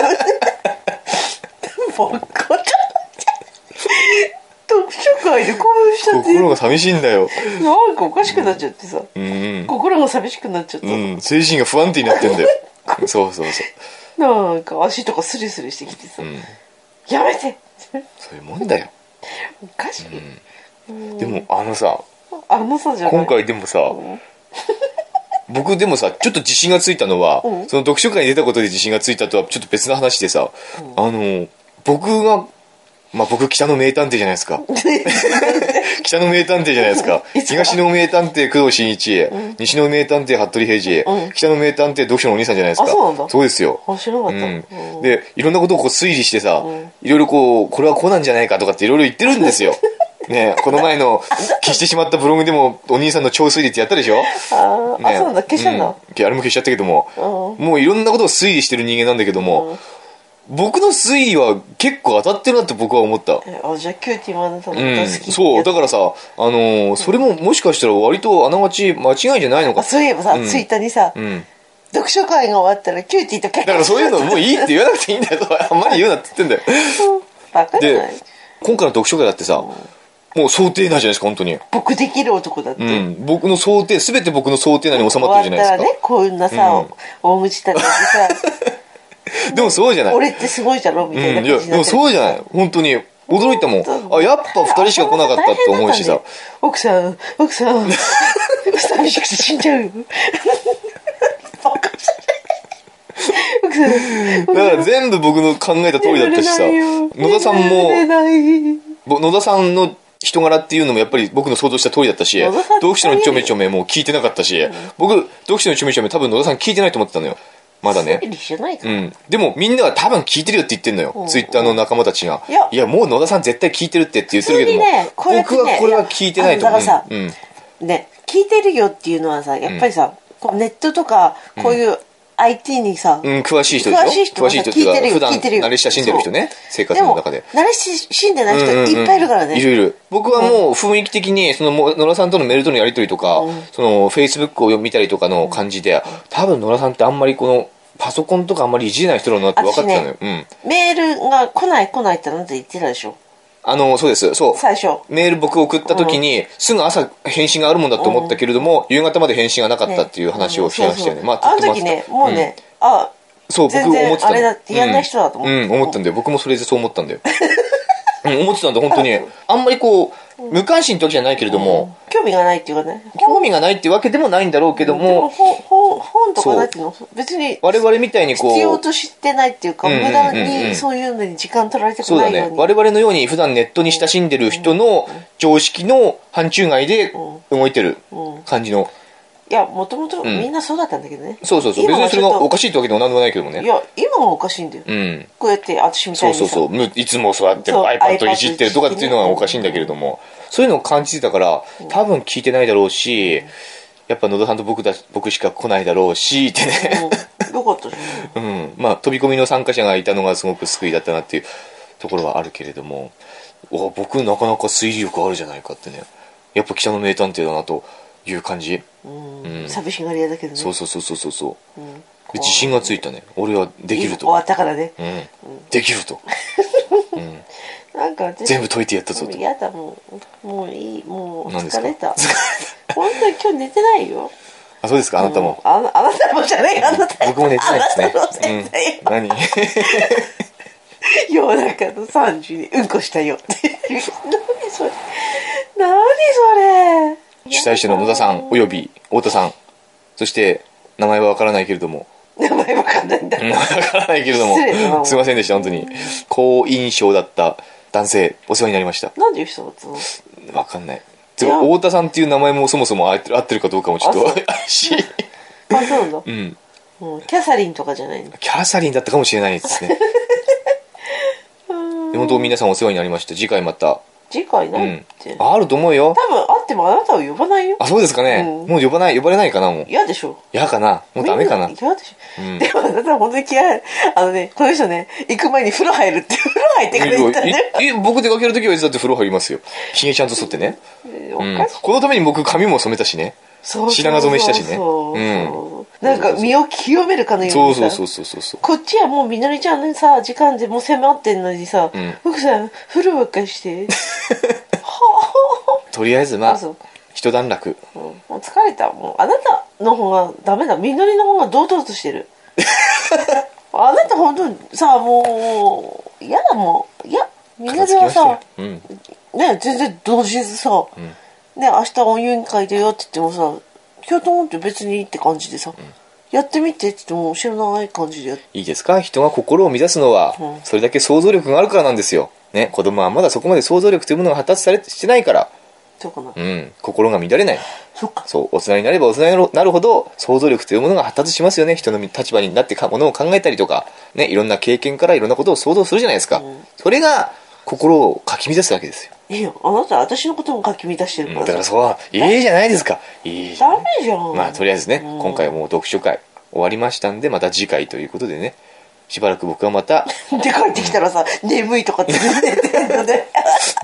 S2: ばっかじゃない読書会で興奮しちゃって
S1: 心が寂しいんだよ。
S2: なんかおかしくなっちゃってさ、
S1: うん
S2: 心が寂しくなっちゃった、
S1: うん。うん。精神が不安定になってんだよ。そうそうそう。
S2: なんか足とかスリスリしてきてさ、
S1: ん
S2: やめて
S1: そういうもんだよ。
S2: おかしい、
S1: でも、あのさ、
S2: あのさじゃない
S1: 今回でもさ、僕でもさ、ちょっと自信がついたのは、
S2: うん
S1: その読書会に出たことで自信がついたとはちょっと別の話でさ、あの、僕がまあ僕北の名探偵じゃないですか北の名探偵じゃないですか
S2: いつ
S1: 東の名探偵工藤新一、西の名探偵服部平次、
S2: うん
S1: 北の名探偵読書のお兄さんじゃないですか
S2: あそうなんだ
S1: ですよ
S2: 面白か
S1: う
S2: った、
S1: ん
S2: うん、
S1: でいろんなことをこう推理してさ、
S2: ん
S1: いろいろこうこれはこうなんじゃないかとかっていろいろ言ってるんです よねえこの前の消してしまったブログでもお兄さんの超推理ってやったでしょ
S2: あー、あ
S1: ね
S2: そうなんだ消したんだ、
S1: うんいやあれも消しちゃったけども、
S2: うん
S1: もういろんなことを推理してる人間なんだけども、僕の推理は結構当たってるなって僕は思った、
S2: えあじゃあキューティーマンさんも
S1: う
S2: 好
S1: ん、
S2: きってやつ
S1: そうだからさ、あのーそれももしかしたら割とあながち間違いじゃないのか
S2: あそういえばさ、
S1: うん
S2: ツイッターにさ、
S1: うん、
S2: 読書会が終わったらキューティーと結
S1: だからそういうのもういいって言わなくていいんだよ あんまり言うなって言ってんだよ
S2: バカじゃな
S1: で
S2: い
S1: 今回の読書会だってさ、もう想定内じゃないですか本当に、
S2: 僕できる男だって、
S1: うん、僕の想定全て僕の想定内に収
S2: 終
S1: まって
S2: わ
S1: る
S2: っ
S1: じ
S2: た
S1: ゃないですか、
S2: らねこんなさ、
S1: うん
S2: 大口たたいて さ
S1: でもそうじゃない
S2: 俺ってすごいじゃろみたいな
S1: うん、いや
S2: 感
S1: で
S2: じにな
S1: も
S2: って
S1: そうじゃない本当に驚いたもんあやっぱ2人しか来なかったって思うしさ
S2: 奥さん奥さん寂しくて死んじゃうよバカじゃない奥さ
S1: だ
S2: ん
S1: から全部僕の考えた通りだったしさ
S2: 眠れないよ
S1: 野田さんも
S2: 眠れない
S1: ぼ野田さんの人柄っていうのもやっぱり僕の想像した通りだったし
S2: 野田さん
S1: 読書のちょめちょめも聞いてなかったし、僕読書のちょめちょめ多分野田さん聞いてないと思ってたのよまだね
S2: 推理じゃないか
S1: う
S2: ら、
S1: ん、でもみんなは多分聞いてるよって言ってんのよ、
S2: うん
S1: ツイッターの仲間たちが
S2: いや
S1: いやもう野田さん絶対聞いてるってって言ってるけども、
S2: 普通にねこうやってね
S1: 僕はこれは聞いてないと思う
S2: いやあのだからさ
S1: うん、
S2: ね聞いてるよっていうのはさやっぱりさ、こうネットとかこういう IT にさ、
S1: うん、詳しい人でしょ
S2: 詳しい人はさ
S1: っていうか
S2: 聞いてるよ
S1: 普段
S2: 聞いてるよ
S1: 慣れ親しんでる人ね生活
S2: で
S1: の
S2: も
S1: 中で
S2: 慣れ親しんでない人
S1: うんうんうん
S2: いっぱいいるからね、
S1: いるいる僕はもう雰囲気的にそのもう野良さんとのメールとのやり取りとか、そのフェイスブックを見たりとかの感じで、多分野良さんってあんまりこのパソコンとかあんまりいじれない人だろうなって分かってたのよ、うん
S2: メールが来ない来ないってなんて言ってたでしょ
S1: あのそうですそう
S2: 最初
S1: メール僕送った時に、すぐ朝返信があるもんだと思ったけれども、夕方まで返信がなかったっていう話を批判したよね、
S2: うん
S1: まあ
S2: そう
S1: ず
S2: そ
S1: っ
S2: うあの
S1: と待
S2: 時
S1: って
S2: ね
S1: た
S2: もうね、あ
S1: そう僕
S2: 全然
S1: 思ってたの
S2: あれだってやんない人だと思っ
S1: うん、
S2: て
S1: うん思ったんだよ僕もそれでそう思ったんだ よ、うん、思ってたんだ本当にあんまりこう無関心ってわけじゃないけれども、
S2: 興味がないっていうかね
S1: 興味がないってわけでもないんだろうけど
S2: でも
S1: も、
S2: 本本本とかなんていうの別に
S1: 我々みたいにこう
S2: 必要と知ってないっていうか
S1: うんうんうんう
S2: 無
S1: ん
S2: 駄にそういうのに時間取られたく
S1: そう
S2: な
S1: だ
S2: いよう
S1: ね
S2: に
S1: 我々のように普段ネットに親しんでる人の常識の範疇外で動いてる
S2: うん
S1: 感じの
S2: いやもともと
S1: ん
S2: みんなそうだったんだけどね、
S1: そうそうそう別
S2: 今
S1: に
S2: は
S1: そ
S2: ち
S1: れ
S2: ょっ
S1: が
S2: と
S1: おかしいってわけでも何でもないけども
S2: い
S1: ね
S2: や今がおかしいんだよ、
S1: うん
S2: こうやって私みたい
S1: そう
S2: にさ
S1: そうそうむいつもそうやって
S2: そう
S1: iPad
S2: iPad
S1: いじってるとかっていうのがおかしいんだけれどもそういうのを感じてたから多分聞いてないだろうしやっぱ野田さんと僕だ僕しか来ないだろうしってね、
S2: うん、よかったじ
S1: うん、まあ飛び込みの参加者がいたのがすごく救いだったなっていうところはあるけれどもわ僕なかなか推理力あるじゃないかってねやっぱ北の名探偵だなという感じ
S2: ゃん、うん
S1: うん
S2: 寂しがり屋だけどね、
S1: そうそうそうそうそうそう
S2: ん、
S1: う自信がついたね俺はできる
S2: 終わ
S1: と、
S2: ったからね、
S1: うん、できると
S2: なんか私
S1: 全部解いてやったぞ
S2: もう
S1: と
S2: 嫌だもうもういいもう
S1: 何ですか
S2: 疲れた本当に今日寝てないよ
S1: あそうですかあなたも
S2: あのあなたもじゃないあなた
S1: 僕も寝てないですね
S2: あなたのせいだよ、
S1: 何
S2: 夜中の3時にうんこしたよって 何それ何それ
S1: 主催者の野田さんおよび太田さんそして名前はわからないけれども
S2: 名前わかんないんだ
S1: 名前はわからないけれども
S2: 失礼だな
S1: すいませんでした本当に好印象だった男性お世話になりました
S2: なんで言う人だったの
S1: わかんないてか太田さんっていう名前もそもそも合ってる合ってるかどうかもちょっと
S2: あそう
S1: 怪しい、
S2: あそうなんだ、
S1: うん、
S2: うん、キャサリンとかじゃないの
S1: キャサリンだったかもしれないですねで本当皆さんお世話になりました次回また、
S2: 次回
S1: う
S2: なん
S1: ん
S2: て、、多
S1: あると思うよ
S2: 分会ってもあなたを呼ばないよ
S1: あそうですかね、
S2: うん
S1: もう呼ばない呼ばれないかなもう
S2: 嫌でしょ
S1: 嫌かなもうダメかな
S2: みん嫌でし
S1: う
S2: ょ、
S1: ん
S2: でもあなた本当に嫌いあのねこの人ね行く前に風呂入るって風呂入ってから行ったんだよ
S1: いやい僕出かけるときはいつだって風呂入りますよひげちゃんと剃ってね、
S2: お
S1: うん
S2: かしい、
S1: このために僕髪も染めたしね
S2: そうそうそうそう
S1: 白髪染めしたしね
S2: そう
S1: うん
S2: なんか身を清めるかのようにさ
S1: そうそうそうそうそうそう
S2: こっちはもうみのりちゃんのさ時間でもう迫ってんのにさ、
S1: ん
S2: 奥さん風呂ばっかりして
S1: とりあえずまあ
S2: あそう
S1: 一段落
S2: うんもう疲れたもうあなたの方がダメだみのりの方が堂々とし てるあなた本当にさもう嫌だもんいやみの
S1: 片付き
S2: りは
S1: ました
S2: さ
S1: よ、うん、
S2: ね全然同時ずさ、ね明日お湯に会だよって言ってもさ今日と思って別にいいって感じでさ、やってみてって言っても知らない感じでやっ
S1: いいですか人が心を乱すのは
S2: うん
S1: それだけ想像力があるからなんですよ、ね、子供はまだそこまで想像力というものが発達されてしてないから、
S2: そうかな、
S1: うん、心が乱れない
S2: そっか
S1: そう大人になれば大人になるほど想像力というものが発達しますよね人の立場になってかものを考えたりとか、ね、いろんな経験からいろんなことを想像するじゃないですか、
S2: うん
S1: それが心をかき乱すわけですよ、
S2: いいよあなた私のことも書き乱してる
S1: うん
S2: から、
S1: だからそうはいいじゃないですかいいじゃ
S2: ダ
S1: ん
S2: メじゃん
S1: まあとりあえずね、
S2: うん
S1: 今回はもう読書会終わりましたんでまた次回ということでねしばらく僕はまた
S2: で帰ってきたらさ眠いとかって言ってんので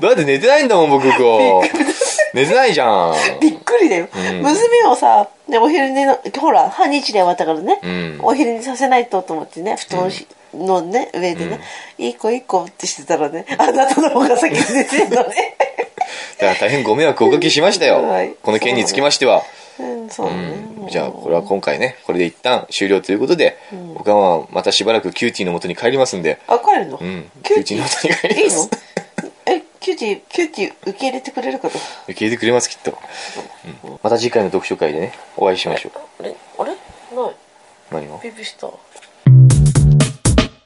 S1: だって寝てないんだもん僕 こう寝てないじゃん
S2: びっくりだよ、
S1: うん
S2: 娘をさでお昼寝のほら半日で終わったからね、
S1: うん
S2: お昼寝させないとと思ってね布団しのね上でね、いい子いい子ってしてたらねあなたの方が先に寝てんのね
S1: だから大変ご迷惑をおかけしましたよ、
S2: はい
S1: この件につきましては
S2: うんそうだね、
S1: うんじゃあこれは今回ねこれで一旦終了ということで、僕はまたしばらくキューティーの元に帰りますんで
S2: あ帰るの、
S1: うん
S2: キューテ
S1: キューティ
S2: ィ
S1: ーの後に帰
S2: ー
S1: り
S2: いい
S1: ます
S2: のえキューティーキューティー受け入れてくれるかと
S1: 受け入れてくれますきっと、うんまた次回の読書会でねお会いしましょう
S2: あれあれない
S1: 何を
S2: ビビした